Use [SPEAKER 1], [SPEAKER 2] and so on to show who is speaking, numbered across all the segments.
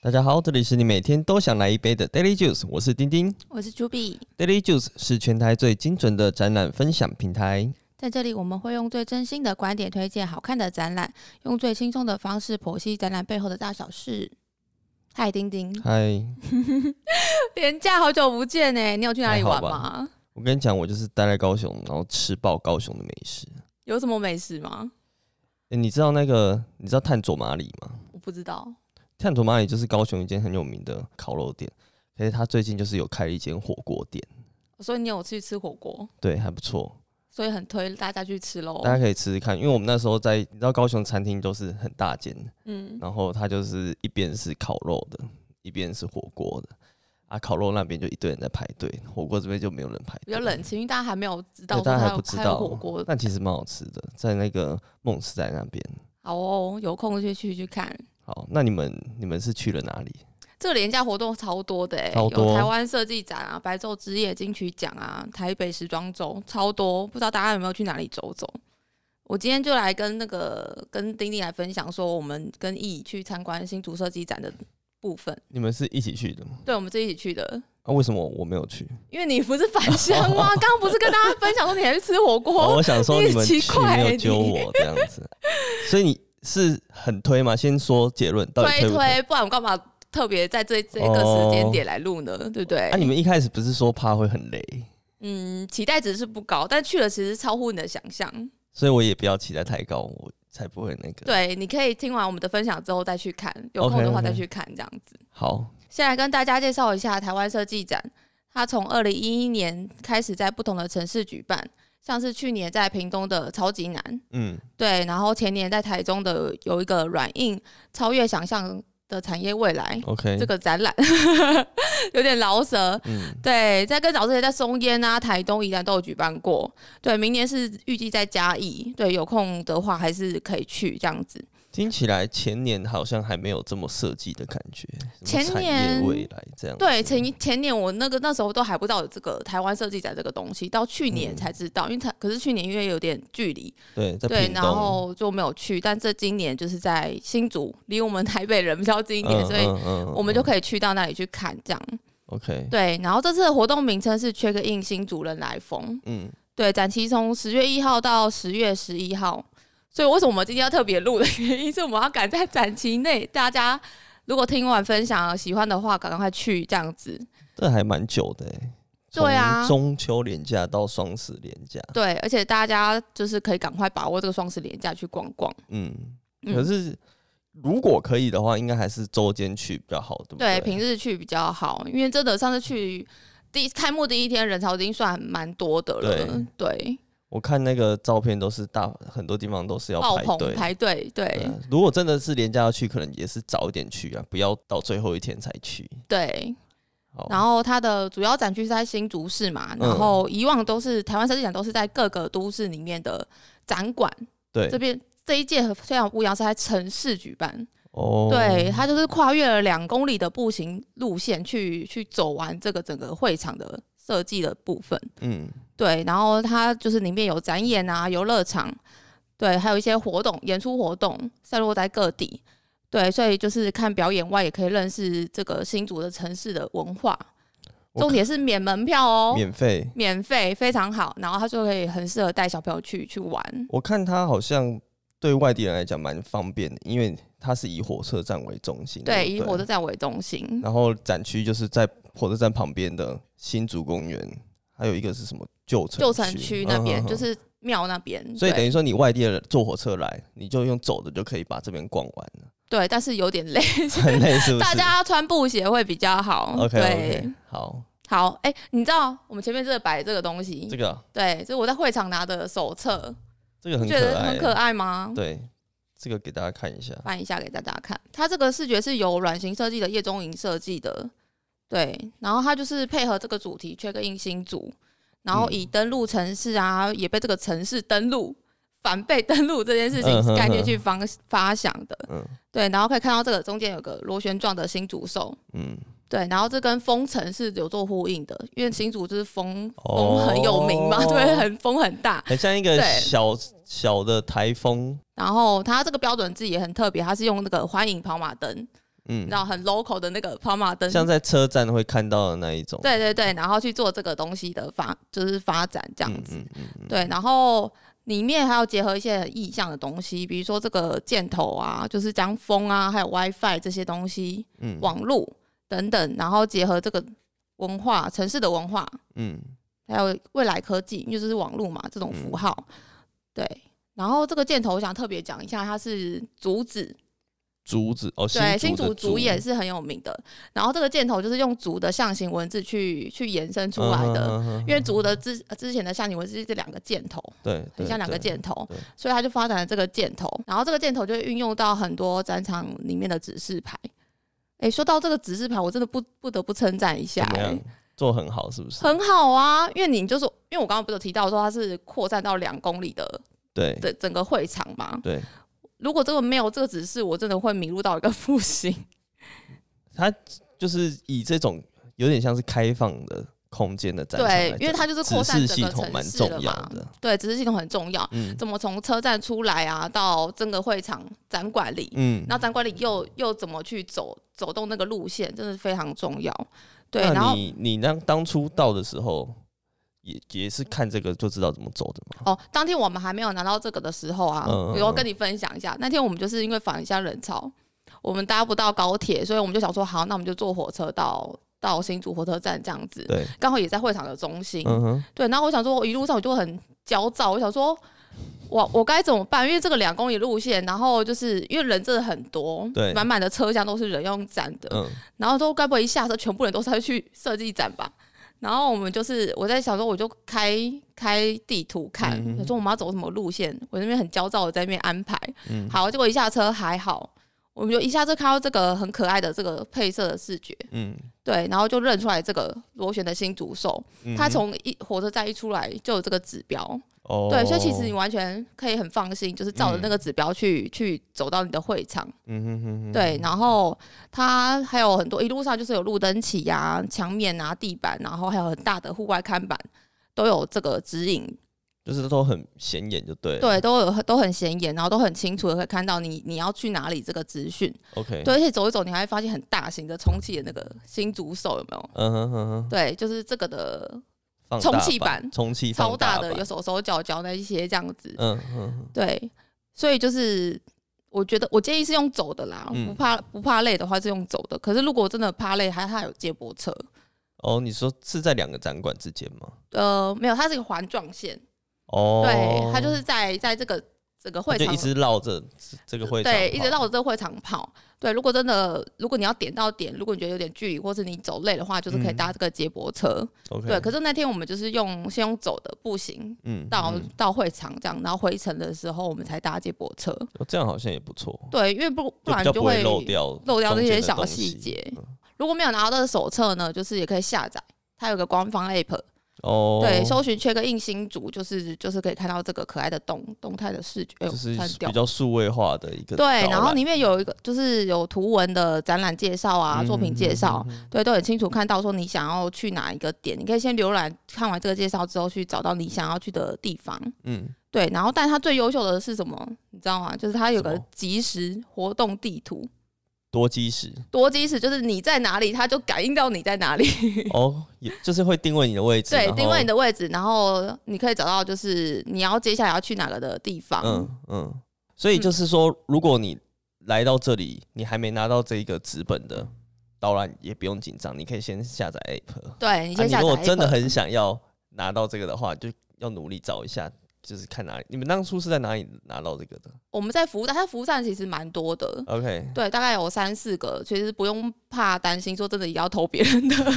[SPEAKER 1] 大家好，这里是你每天都想来一杯的 Daily Juice，我是丁丁。
[SPEAKER 2] 我是朱比，
[SPEAKER 1] Daily Juice 是全台最精准的展览分享平台。
[SPEAKER 2] 在这里我们会用最真心的观点推荐好看的展览，用最轻松的方式剖析展览背后的大小事。嗨，丁 丁，
[SPEAKER 1] 嗨，
[SPEAKER 2] 廉假好久不见呢、你有去哪里玩
[SPEAKER 1] 还好
[SPEAKER 2] 吗？
[SPEAKER 1] 我跟你讲，我就是待在高雄，然后吃爆高雄的美食。
[SPEAKER 2] 有什么美食吗？
[SPEAKER 1] 诶你知道那个，你知道探佐马里吗？
[SPEAKER 2] 我不知道。
[SPEAKER 1] 探佐马里就是高雄一间很有名的烤肉店，可是它最近就是有开了一间火锅店，
[SPEAKER 2] 所以你有去吃火锅，
[SPEAKER 1] 对，还不错。
[SPEAKER 2] 所以很推大家去吃喽
[SPEAKER 1] 大。家可以吃吃看，因为我们那时候在，你知道高雄餐厅都是很大间，
[SPEAKER 2] 嗯，
[SPEAKER 1] 然后它就是一边是烤肉的，一边是火锅的，啊，烤肉那边就一堆人在排队，火锅这边就没有人排队，
[SPEAKER 2] 比较冷清，因为大家还没有知道
[SPEAKER 1] 对，
[SPEAKER 2] 说
[SPEAKER 1] 大家
[SPEAKER 2] 它
[SPEAKER 1] 还
[SPEAKER 2] 有
[SPEAKER 1] 不知
[SPEAKER 2] 开
[SPEAKER 1] 道
[SPEAKER 2] 火锅。
[SPEAKER 1] 但其实蛮好吃的，在那个梦时代那边。
[SPEAKER 2] 好哦，有空就去去看。
[SPEAKER 1] 好，那你们你们是去了哪里？
[SPEAKER 2] 这个廉价活动超多的、欸，
[SPEAKER 1] 超多
[SPEAKER 2] 有台湾设计展啊、白昼之夜金曲奖啊、台北时装周，超多。不知道大家有没有去哪里走走？我今天就来跟那个跟丁丁来分享说，我们跟易去参观新竹设计展的部分。
[SPEAKER 1] 你们是一起去的吗？
[SPEAKER 2] 对，我们是一起去的，
[SPEAKER 1] 啊，为什么我没有去？
[SPEAKER 2] 因为你不是返乡 吗？刚刚不是跟大家分享说你还去吃火锅？
[SPEAKER 1] 哦我想说
[SPEAKER 2] 你
[SPEAKER 1] 你们去
[SPEAKER 2] 奇怪欸
[SPEAKER 1] 没有
[SPEAKER 2] 你
[SPEAKER 1] 揪我这样子，所以你是很推吗？先说结论，到底
[SPEAKER 2] 推
[SPEAKER 1] 推啊不推？
[SPEAKER 2] 推，不然我干嘛特别在这这个时间点来录呢？对不对？
[SPEAKER 1] 哦啊，你们一开始不是说怕会很累，
[SPEAKER 2] 嗯，期待值是不高，但去了其实超乎你的想象。
[SPEAKER 1] 所以我也不要期待太高，我才不会那个。
[SPEAKER 2] 对，你可以听完我们的分享之后再去看，有空的话
[SPEAKER 1] OK，OK
[SPEAKER 2] 再去看这样子。
[SPEAKER 1] 好，
[SPEAKER 2] 先来跟大家介绍一下台湾设计展，它从二零一一年开始在不同的城市举办，像是去年在屏东的超级南，
[SPEAKER 1] 嗯，
[SPEAKER 2] 对，然后前年在台中的有一个软硬超越想象的产业未来
[SPEAKER 1] OK，
[SPEAKER 2] 这个展览， 有点饶舌，
[SPEAKER 1] 嗯，
[SPEAKER 2] 对，在更早之前，在松烟啊、台东、宜兰都有举办过。对，明年是预计在嘉义。对，有空的话还是可以去这样子。
[SPEAKER 1] 听起来前年好像还没有这么设计的感觉，什么
[SPEAKER 2] 前
[SPEAKER 1] 产业
[SPEAKER 2] 年
[SPEAKER 1] 未来这样子，
[SPEAKER 2] 对，前前年我那个那时候都还不知道有这个台湾设计展这个东西，到去年才知道，因为它可是去年因为有点距离，
[SPEAKER 1] 对，嗯在
[SPEAKER 2] 对，
[SPEAKER 1] 屏
[SPEAKER 2] 然
[SPEAKER 1] 东，
[SPEAKER 2] 后就没有去。但这今年就是在新竹，离我们台北人比较近一点，所以
[SPEAKER 1] 嗯
[SPEAKER 2] 我们就可以去到那里去看这样。
[SPEAKER 1] OK，
[SPEAKER 2] 对，然后这次的活动名称是 “Check In 新竹人来疯”。
[SPEAKER 1] 嗯，
[SPEAKER 2] 对，展期从十月一号到十月十一号，所以为什么我们今天要特别录的原因是我们要赶在展期内，大家如果听完分享喜欢的话，赶快去这样子。
[SPEAKER 1] 这还蛮久的欸，
[SPEAKER 2] 对啊
[SPEAKER 1] 从中秋连假到双十连假，
[SPEAKER 2] 对，而且大家就是可以赶快把握这个双十连假去逛逛。
[SPEAKER 1] 嗯，
[SPEAKER 2] 嗯
[SPEAKER 1] 可是如果可以的话，应该还是周间去比较好，对不
[SPEAKER 2] 对，
[SPEAKER 1] 对？
[SPEAKER 2] 平日去比较好，因为真的上次去第开幕第一天人潮已经算蛮多的了。对，
[SPEAKER 1] 我看那个照片都是大很多地方都是要
[SPEAKER 2] 爆
[SPEAKER 1] 排
[SPEAKER 2] 棚
[SPEAKER 1] 队。
[SPEAKER 2] 排队，
[SPEAKER 1] 对
[SPEAKER 2] 对
[SPEAKER 1] 啊如果真的是廉价要去，可能也是早一点去啊，不要到最后一天才去。
[SPEAKER 2] 对。
[SPEAKER 1] 好，
[SPEAKER 2] 然后它的主要展区是在新竹市嘛，
[SPEAKER 1] 嗯
[SPEAKER 2] 然后以往都是台湾设计展都是在各个都市里面的展馆，
[SPEAKER 1] 对
[SPEAKER 2] 这边这一届非常不一样，是在城市举办，
[SPEAKER 1] 哦，
[SPEAKER 2] 对，它就是跨越了两公里的步行路线去去走完这个整个会场的设计的部分，
[SPEAKER 1] 嗯，
[SPEAKER 2] 对，然后它就是里面有展演啊、游乐场，对，还有一些活动、演出活动散落在各地，对，所以就是看表演外也可以认识这个新竹的城市的文化。
[SPEAKER 1] 我
[SPEAKER 2] 重点是免门票哦，
[SPEAKER 1] 免费。
[SPEAKER 2] 免费非常好，然后他就可以很适合带小朋友去去玩。
[SPEAKER 1] 我看它好像对外地人来讲蛮方便的，因为它是以火车站为中心，
[SPEAKER 2] 对，
[SPEAKER 1] 不
[SPEAKER 2] 以火车站为中心，
[SPEAKER 1] 然后展区就是在火车站旁边的新竹公园，还有一个是什么旧城
[SPEAKER 2] 旧城区那边、
[SPEAKER 1] 嗯哼哼
[SPEAKER 2] 就是庙那边，
[SPEAKER 1] 所以等
[SPEAKER 2] 对
[SPEAKER 1] 于说，你外地的人坐火车来，你就用走的就可以把这边逛完了，
[SPEAKER 2] 对，但是有点累，
[SPEAKER 1] 很累是不是？
[SPEAKER 2] 大家穿布鞋会比较好。
[SPEAKER 1] OK
[SPEAKER 2] 对
[SPEAKER 1] OK，，好，
[SPEAKER 2] 好，哎、你知道我们前面这个摆这个东西，
[SPEAKER 1] 这个
[SPEAKER 2] 对，这是我在会场拿的手册，
[SPEAKER 1] 这个很
[SPEAKER 2] 觉
[SPEAKER 1] 可
[SPEAKER 2] 得
[SPEAKER 1] 爱，
[SPEAKER 2] 很可爱吗？
[SPEAKER 1] 对，这个给大家看一下，
[SPEAKER 2] 翻一下给大家看。它这个视觉是由软型设计的叶中银设计的，对，然后它就是配合这个主题缺个印新组，然
[SPEAKER 1] 嗯
[SPEAKER 2] 后以登录城市啊，也被这个城市登录。反被登录这件事
[SPEAKER 1] 嗯哼哼
[SPEAKER 2] 情概念去方发想的，
[SPEAKER 1] 嗯
[SPEAKER 2] 对，然后可以看到这个中间有个螺旋状的新竹兽，
[SPEAKER 1] 嗯，
[SPEAKER 2] 对，然后这跟风城是有做呼应的，因为新竹就是风
[SPEAKER 1] 哦
[SPEAKER 2] 风很有名嘛， 对，很风很大，
[SPEAKER 1] 很像一个
[SPEAKER 2] 对
[SPEAKER 1] 小小的台风，
[SPEAKER 2] 然后它这个标准字也很特别，它是用那个欢迎跑马灯，
[SPEAKER 1] 嗯
[SPEAKER 2] 你知，道很 local 的那个跑马灯，
[SPEAKER 1] 像在车站会看到的那一种，
[SPEAKER 2] 对对对，然后去做这个东西的发就是发展这
[SPEAKER 1] 嗯，
[SPEAKER 2] 样子。
[SPEAKER 1] 嗯嗯嗯
[SPEAKER 2] 对，然后里面还要结合一些很意象的东西，比如说这个箭头啊，就是将风啊，还有 WiFi 这些东西，
[SPEAKER 1] 嗯
[SPEAKER 2] 网路等等，然后结合这个文化、城市的文化，
[SPEAKER 1] 嗯
[SPEAKER 2] 还有未来科技，因为这是网路嘛，这种符号。对，然后这个箭头我想特别讲一下，它是竹子，
[SPEAKER 1] 竹子哦，
[SPEAKER 2] 对，
[SPEAKER 1] 新
[SPEAKER 2] 新
[SPEAKER 1] 竹的
[SPEAKER 2] 竹竹也是很有名的。然后这个箭头就是用竹的象形文字去去延伸出来的，
[SPEAKER 1] 嗯哼哼哼
[SPEAKER 2] 因为竹的之呃之前的象形文字是这两个箭头，
[SPEAKER 1] 对，
[SPEAKER 2] 很像两个
[SPEAKER 1] 对，
[SPEAKER 2] 箭头
[SPEAKER 1] 对，
[SPEAKER 2] 所以他就发展了这个箭头。然后这个箭头就会运用到很多展场里面的指示牌。诶，说到这个指示牌，我真的不不得不称赞一下、欸
[SPEAKER 1] 怎么
[SPEAKER 2] 诶
[SPEAKER 1] 样做很好是不是？
[SPEAKER 2] 很好啊，因为你就说，因为我刚刚不是有提到说它是扩散到两公里的
[SPEAKER 1] 对
[SPEAKER 2] 整整个会场嘛。
[SPEAKER 1] 对，
[SPEAKER 2] 如果这个没有这个指示，我真的会迷路到一个不行。
[SPEAKER 1] 它就是以这种有点像是开放的空间的 战场来
[SPEAKER 2] 对
[SPEAKER 1] 讲，，
[SPEAKER 2] 因为它就是
[SPEAKER 1] 指
[SPEAKER 2] 扩散
[SPEAKER 1] 示
[SPEAKER 2] 整
[SPEAKER 1] 系
[SPEAKER 2] 个
[SPEAKER 1] 统
[SPEAKER 2] 城
[SPEAKER 1] 蛮
[SPEAKER 2] 市
[SPEAKER 1] 重
[SPEAKER 2] 了
[SPEAKER 1] 要
[SPEAKER 2] 嘛。
[SPEAKER 1] 的，
[SPEAKER 2] 对，指示系统很重要。
[SPEAKER 1] 嗯
[SPEAKER 2] 怎么从车站出来啊，到整个会场展馆里，
[SPEAKER 1] 嗯。
[SPEAKER 2] 那展馆里又又怎么去走走动那个路线，真的非常重要。对，然
[SPEAKER 1] 那
[SPEAKER 2] 后
[SPEAKER 1] 你你那当初到的时候，也也是看这个就知道怎么走的嘛？
[SPEAKER 2] 哦，当天我们还没有拿到这个的时候啊，
[SPEAKER 1] 嗯嗯
[SPEAKER 2] 比如我
[SPEAKER 1] 嗯
[SPEAKER 2] 跟你分享一下，那天我们就是因为反一下人潮，我们搭不到高铁，所以我们就想说，好，那我们就坐火车到到新竹火车站这样子，
[SPEAKER 1] 对，
[SPEAKER 2] 刚好也在会场的中心。
[SPEAKER 1] 嗯哼，
[SPEAKER 2] 对，然后我想说，我一路上我就很焦躁，我想说。我我该怎么办？因为这个两公里路线，然后就是因为人真的很多，
[SPEAKER 1] 对
[SPEAKER 2] 满满的车厢都是人用站的，
[SPEAKER 1] 嗯，
[SPEAKER 2] 然后都该不会一下车全部人都是要去设计展吧？然后我们就是我在想说，我就开开地图看，
[SPEAKER 1] 嗯哼
[SPEAKER 2] 我、说我们要走什么路线，我那边很焦躁，我在那边安排。
[SPEAKER 1] 嗯
[SPEAKER 2] 好，结果一下车还好，我们就一下车看到这个很可爱的这个配色的视觉，
[SPEAKER 1] 嗯
[SPEAKER 2] 对，然后就认出来这个螺旋的新竹兽，
[SPEAKER 1] 嗯，
[SPEAKER 2] 它从一火车站一出来就有这个指标，
[SPEAKER 1] 哦，
[SPEAKER 2] 对，所以其实你完全可以很放心，就是照着那个指标去、去走到你的会场。
[SPEAKER 1] 嗯哼哼哼，
[SPEAKER 2] 对，然后它还有很多一路上就是有路灯旗呀、墙面啊、地板，然后还有很大的户外看板，都有这个指引，
[SPEAKER 1] 就是都很显眼，就对了，
[SPEAKER 2] 对，都有都很显眼，然后都很清楚的可以看到你你要去哪里这个资讯，
[SPEAKER 1] ，OK，
[SPEAKER 2] 对，，而且走一走你还会发现很大型的充气的那个新竹手有没有？
[SPEAKER 1] 嗯哼哼哼，
[SPEAKER 2] 对，就是这个的
[SPEAKER 1] 放
[SPEAKER 2] 充
[SPEAKER 1] 大
[SPEAKER 2] 气
[SPEAKER 1] 版
[SPEAKER 2] 版
[SPEAKER 1] 充气
[SPEAKER 2] 超
[SPEAKER 1] 放
[SPEAKER 2] 大
[SPEAKER 1] 大
[SPEAKER 2] 的，
[SPEAKER 1] 版
[SPEAKER 2] 有手手脚脚那一些这样子，
[SPEAKER 1] 嗯嗯，
[SPEAKER 2] 对，所以就是我觉得我建议是用走的啦，
[SPEAKER 1] 嗯
[SPEAKER 2] 不怕不怕累的话是用走的，可是如果真的怕累，还它有接驳车。
[SPEAKER 1] 哦，你说是在两个展馆之间吗？
[SPEAKER 2] 呃，没有，它是一个环状线，
[SPEAKER 1] 哦，
[SPEAKER 2] 对，它就是在在这个整个会
[SPEAKER 1] 它就
[SPEAKER 2] 场
[SPEAKER 1] 一直绕着这这个会场跑，
[SPEAKER 2] 对一直绕着这个会场跑。对，如果真的，如果你要点到点，如果你觉得有点距离，或是你走累的话，就是可以
[SPEAKER 1] 嗯
[SPEAKER 2] 搭这个接驳车。
[SPEAKER 1] ，OK，
[SPEAKER 2] 对，可是那天我们就是用先用走的步行
[SPEAKER 1] 嗯，
[SPEAKER 2] 到、
[SPEAKER 1] 嗯
[SPEAKER 2] 到会场这样，然后回程的时候我们才搭接驳车。
[SPEAKER 1] 哦这样好像也不错，
[SPEAKER 2] 对，因为不不
[SPEAKER 1] 就
[SPEAKER 2] 然
[SPEAKER 1] 比
[SPEAKER 2] 你
[SPEAKER 1] 较
[SPEAKER 2] 就
[SPEAKER 1] 不
[SPEAKER 2] 会
[SPEAKER 1] 会漏掉
[SPEAKER 2] 漏掉
[SPEAKER 1] 中
[SPEAKER 2] 那些
[SPEAKER 1] 间的
[SPEAKER 2] 小
[SPEAKER 1] 东
[SPEAKER 2] 细
[SPEAKER 1] 西
[SPEAKER 2] 节
[SPEAKER 1] 嗯
[SPEAKER 2] 如果没有拿到这个手册呢，就是也可以下载，它有个官方 app，
[SPEAKER 1] 哦，
[SPEAKER 2] 对，搜寻缺个印星族，就是就是可以看到这个可爱的动动态的视觉，哎呦
[SPEAKER 1] 就是
[SPEAKER 2] 删掉
[SPEAKER 1] 比。较数位化的一个
[SPEAKER 2] 对，
[SPEAKER 1] 导
[SPEAKER 2] 然后
[SPEAKER 1] 览
[SPEAKER 2] 里面有一个就是有图文的展览介绍啊，作品介绍，，
[SPEAKER 1] 嗯嗯嗯嗯
[SPEAKER 2] 对，都很清楚看到说你想要去哪一个点，你可以先浏览看完这个介绍之后去找到你想要去的地方。
[SPEAKER 1] 嗯，
[SPEAKER 2] 对，然后但它最优秀的是什么？你知道吗？就是它
[SPEAKER 1] 什
[SPEAKER 2] 有个
[SPEAKER 1] 么
[SPEAKER 2] 即时活动地图，
[SPEAKER 1] 多基石
[SPEAKER 2] 多即时，就是你在哪里，它就感应到你在哪里。
[SPEAKER 1] 哦，也就是会定位你的位置，
[SPEAKER 2] 对，
[SPEAKER 1] 然
[SPEAKER 2] 定位你
[SPEAKER 1] 后
[SPEAKER 2] 的位置，然后你可以找到就是你要接下来要去哪个的地方。
[SPEAKER 1] 嗯嗯，所以就是说，如果你来到这里，你还没拿到这一个纸本的导览，也不用紧张，你可以先下载 app。
[SPEAKER 2] 对你
[SPEAKER 1] 啊
[SPEAKER 2] 先
[SPEAKER 1] 你
[SPEAKER 2] 下
[SPEAKER 1] 如
[SPEAKER 2] 载、
[SPEAKER 1] 果真的，很想要拿到这个的话，就要努力找一下，就是看哪里。你们当初是在哪里拿到这个的
[SPEAKER 2] 我们在服务站，它服务站其实蛮多的。
[SPEAKER 1] ？OK，
[SPEAKER 2] 对，大概有三四个，其实不用怕担心，说真的也要偷别人的。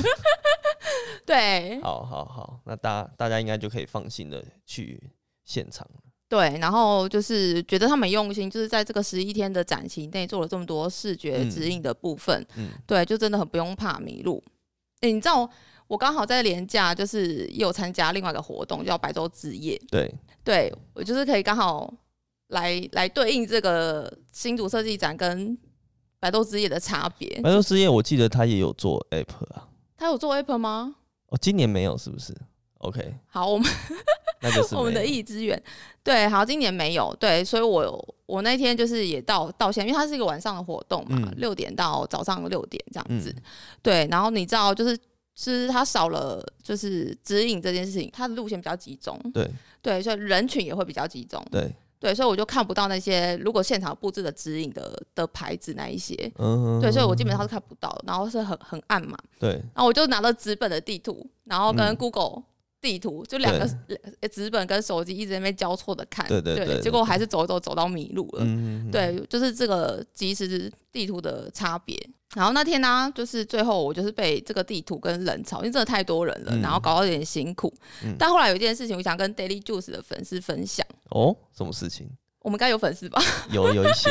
[SPEAKER 2] 对
[SPEAKER 1] 好好好，那大大家应该就可以放心的去现场了。
[SPEAKER 2] 对，然后就是觉得他们用心，就是在这个十一天的展期内做了这么多视觉
[SPEAKER 1] 嗯
[SPEAKER 2] 指引的部分，
[SPEAKER 1] 嗯，
[SPEAKER 2] 对，就真的很不用怕迷路。诶你知道我刚好在廉价，就是也有参加另外一个活动，叫白昼之夜，
[SPEAKER 1] 对，
[SPEAKER 2] 对我就是可以刚好来来对应这个新竹设计展跟白昼之夜的差别。
[SPEAKER 1] 白昼之夜，我记得他也有做 app 啊。
[SPEAKER 2] 他有做 app 吗？
[SPEAKER 1] 哦，今年没有是不是？OK，
[SPEAKER 2] 好，我们
[SPEAKER 1] 那就是
[SPEAKER 2] 我们的
[SPEAKER 1] 没有
[SPEAKER 2] 益之源。对，好，今年没有，对，所以我我那天就是也到到现在，因为它是一个晚上的活动嘛
[SPEAKER 1] 嗯，
[SPEAKER 2] 六、点到早上六点这样子。
[SPEAKER 1] 嗯
[SPEAKER 2] 对，然后你知道就是。是它少了，就是指引这件事情，它的路线比较集中，
[SPEAKER 1] 对
[SPEAKER 2] 对，所以人群也会比较集中，
[SPEAKER 1] 对，
[SPEAKER 2] 对，所以我就看不到那些如果现场布置的指引的的牌子那一些，
[SPEAKER 1] 嗯，
[SPEAKER 2] 对，所以我基本上是看不到，然后是很很暗嘛，
[SPEAKER 1] 对
[SPEAKER 2] 然后我就拿到纸本的地图，然后
[SPEAKER 1] 嗯
[SPEAKER 2] 跟 Google 地图、就两个呃纸本跟手机一直在那边交错的看，
[SPEAKER 1] 对对对对
[SPEAKER 2] 结果我还是走一走走到迷路了。
[SPEAKER 1] 嗯，
[SPEAKER 2] 呃对，就是这个即时地图的差别。然后那天呢、就是最后我就是被这个地图跟人潮，因为真的太多人了，
[SPEAKER 1] 嗯
[SPEAKER 2] 然后搞到有点辛苦。
[SPEAKER 1] 嗯
[SPEAKER 2] 但后来有一件事情，我想跟 Daily Juice 的粉丝分享。
[SPEAKER 1] 哦，什么事情？
[SPEAKER 2] 我们应该有粉丝吧？
[SPEAKER 1] 有有一 些，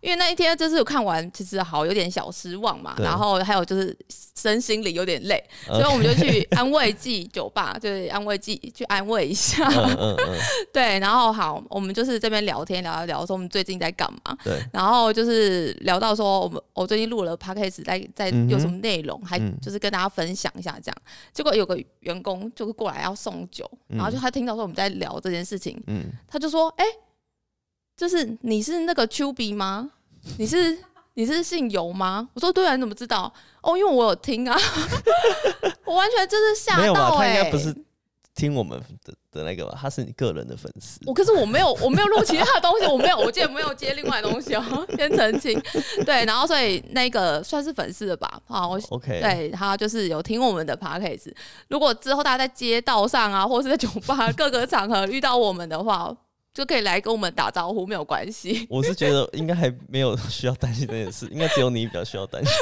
[SPEAKER 2] 因为那一天就是看完，其实好有点小失望嘛，
[SPEAKER 1] 对
[SPEAKER 2] 然后还有就是身心里有点累，所以我们就去安慰剂酒吧， 就是安慰剂去安慰一下。
[SPEAKER 1] 嗯嗯嗯，
[SPEAKER 2] 对，然后好，我们就是这边聊天聊一聊，说我们最近在干嘛，
[SPEAKER 1] 对，
[SPEAKER 2] 然后就是聊到说我们我最近录了 podcast，在在
[SPEAKER 1] 嗯哼
[SPEAKER 2] 有什么内容，还
[SPEAKER 1] 嗯
[SPEAKER 2] 就是跟大家分享一下这样。结果有个员工就是过来要送酒，然后就他听到说我们在聊这件事情，
[SPEAKER 1] 嗯，
[SPEAKER 2] 他就说：“哎、就是你是那个 Q B 吗？你是你是姓尤吗？”我说：“对啊，你怎么知道？哦，因为我有听啊， 我完全就是吓
[SPEAKER 1] 没有吧？
[SPEAKER 2] 到
[SPEAKER 1] 他
[SPEAKER 2] 哎、
[SPEAKER 1] 应该不是听我们的的那个吧？他是你个人的粉丝，
[SPEAKER 2] 我可是我没有，我没有录其他的东西，我没有，我今天没有接另外的东西哦， 先澄清。对，然后所以那个算是粉丝了吧？啊，我
[SPEAKER 1] OK，，
[SPEAKER 2] 对他就是有听我们的 podcast。如果之后大家在街道上啊，或是在酒吧各个场合遇到我们的话，就可以来跟我们打招呼，没有关系。
[SPEAKER 1] 我是觉得应该还没有需要担心这件事，应该只有你比较需要 担心。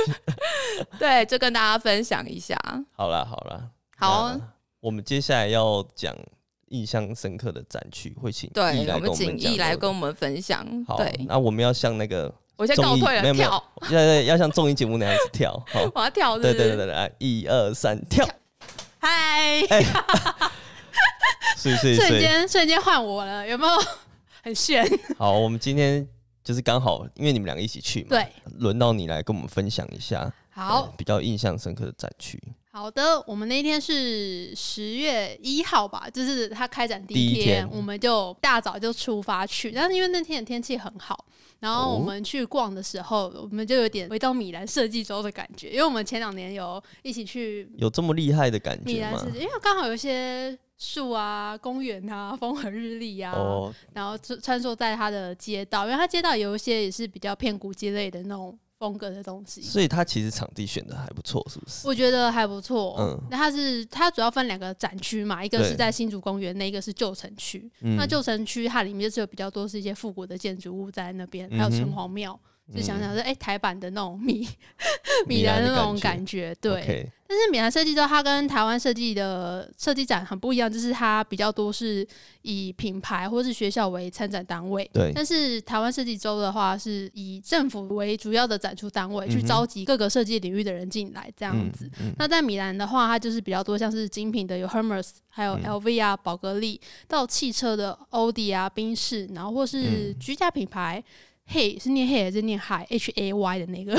[SPEAKER 2] 对，就跟大家分享一下。
[SPEAKER 1] 好啦好啦，
[SPEAKER 2] 好啊
[SPEAKER 1] 那我们接下来要讲印象深刻的展区，会请易
[SPEAKER 2] 对，
[SPEAKER 1] 来
[SPEAKER 2] 我
[SPEAKER 1] 跟
[SPEAKER 2] 们
[SPEAKER 1] 我
[SPEAKER 2] 请
[SPEAKER 1] 讲
[SPEAKER 2] 易来
[SPEAKER 1] 对不对
[SPEAKER 2] 跟我们分享。
[SPEAKER 1] 好，
[SPEAKER 2] 对，
[SPEAKER 1] 那我们要像那个
[SPEAKER 2] 我先告
[SPEAKER 1] 综艺
[SPEAKER 2] 退
[SPEAKER 1] 没
[SPEAKER 2] 了，
[SPEAKER 1] 有没有
[SPEAKER 2] 跳，
[SPEAKER 1] 要要要像综艺节目那样子跳， 好，
[SPEAKER 2] 我要跳是不
[SPEAKER 1] 对
[SPEAKER 2] 是，
[SPEAKER 1] 对对对，来一二三跳，
[SPEAKER 3] 嗨，
[SPEAKER 1] 哎 睡睡
[SPEAKER 3] 瞬
[SPEAKER 1] 睡，
[SPEAKER 3] 间瞬间换我了，有没有 很炫？
[SPEAKER 1] 好，我们今天。就是刚好，因为你们两个一起去嘛，
[SPEAKER 3] 对，
[SPEAKER 1] 轮到你来跟我们分享一下，呃
[SPEAKER 3] 好
[SPEAKER 1] 对比较印象深刻的展区。
[SPEAKER 3] 好的，我们那天是十月一号吧，就是它开展第一
[SPEAKER 1] 第一天
[SPEAKER 3] 我们就大早就出发去，但是因为那天的天气很好。然后
[SPEAKER 1] 哦
[SPEAKER 3] 我们去逛的时候，我们就有点回到米兰设计周的感觉，因为我们前两年有一起去
[SPEAKER 1] 有这么厉害的感
[SPEAKER 3] 米
[SPEAKER 1] 觉
[SPEAKER 3] 兰
[SPEAKER 1] 吗
[SPEAKER 3] 设？计，因为刚好有一些树啊、公园啊、风和日丽啊，
[SPEAKER 1] 哦，
[SPEAKER 3] 然后穿穿梭在它的街道，因为它街道有一些也是比较偏古迹类的那种风格的东西，
[SPEAKER 1] 所以它其实场地选的还不错，是不是？
[SPEAKER 3] 我觉得还不错。
[SPEAKER 1] 嗯
[SPEAKER 3] 那它是它主要分两个展区嘛，一个
[SPEAKER 1] 对
[SPEAKER 3] 是在新竹公园，那一个是旧城区。
[SPEAKER 1] 嗯
[SPEAKER 3] 那旧城区它里面就是有比较多是一些复古的建筑物在那边，还
[SPEAKER 1] 嗯
[SPEAKER 3] 有
[SPEAKER 1] 哼嗯
[SPEAKER 3] 城隍庙。就想想是哎、台版的那种米
[SPEAKER 1] 米
[SPEAKER 3] 米
[SPEAKER 1] 兰
[SPEAKER 3] 兰
[SPEAKER 1] 的
[SPEAKER 3] 那种
[SPEAKER 1] 感
[SPEAKER 3] 感觉，对。
[SPEAKER 1] OK，
[SPEAKER 3] 但是米兰设计周它跟台湾设计的设计展很不一样，就是它比较多是以品牌或是学校为参展单位，
[SPEAKER 1] 对，
[SPEAKER 3] 但是台湾设计周的话，是以政府为主要的展出单位，
[SPEAKER 1] 嗯
[SPEAKER 3] 去
[SPEAKER 1] 哼
[SPEAKER 3] 召集各个设计领域的人进来，这
[SPEAKER 1] 这
[SPEAKER 3] 样子。，
[SPEAKER 1] 嗯
[SPEAKER 3] 那在米兰的话，它就是比较多像是精品的有 Hermes，还有
[SPEAKER 1] 嗯
[SPEAKER 3] LV 啊、宝格丽，到汽车的欧迪啊、宾士，然后或是
[SPEAKER 1] 嗯
[SPEAKER 3] 居家品牌。嘿，是念嘿还是念海 H A Y 的那个？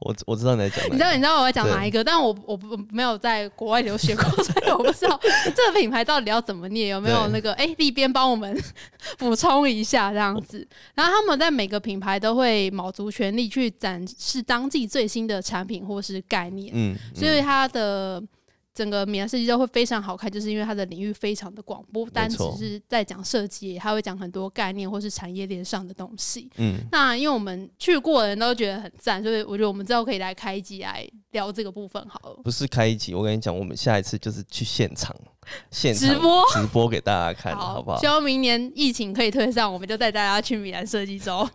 [SPEAKER 1] 我我知道你在讲哪个，
[SPEAKER 3] 你知道你知道我要讲
[SPEAKER 1] 对
[SPEAKER 3] 哪一个？但我我不没有在国外留学过， 所以我不 知道这个品牌到底要怎么念，有没有
[SPEAKER 1] 对
[SPEAKER 3] 那个哎立边帮我们 补充一下这样子。然后他们在每个品牌都会卯足全力去展示当季最新的产品或是概念，
[SPEAKER 1] 嗯，嗯，
[SPEAKER 3] 所以它的。整个米兰设计周会非常好看，就是因为它的领域非常的广，不单只
[SPEAKER 1] 错
[SPEAKER 3] 是在讲设计，它会讲很多概念或是产业链上的东西。
[SPEAKER 1] 嗯，
[SPEAKER 3] 那因为我们去过的人都觉得很赞，所以我觉得我们之后可以来开一集来聊这个部分好了。
[SPEAKER 1] 不是开一集，我跟你讲，我们下一次就是去现场，现场
[SPEAKER 3] 直播
[SPEAKER 1] 直播给大家看，好不好
[SPEAKER 3] 希？望明年疫情可以退散，我们就带大家去米兰设 计周。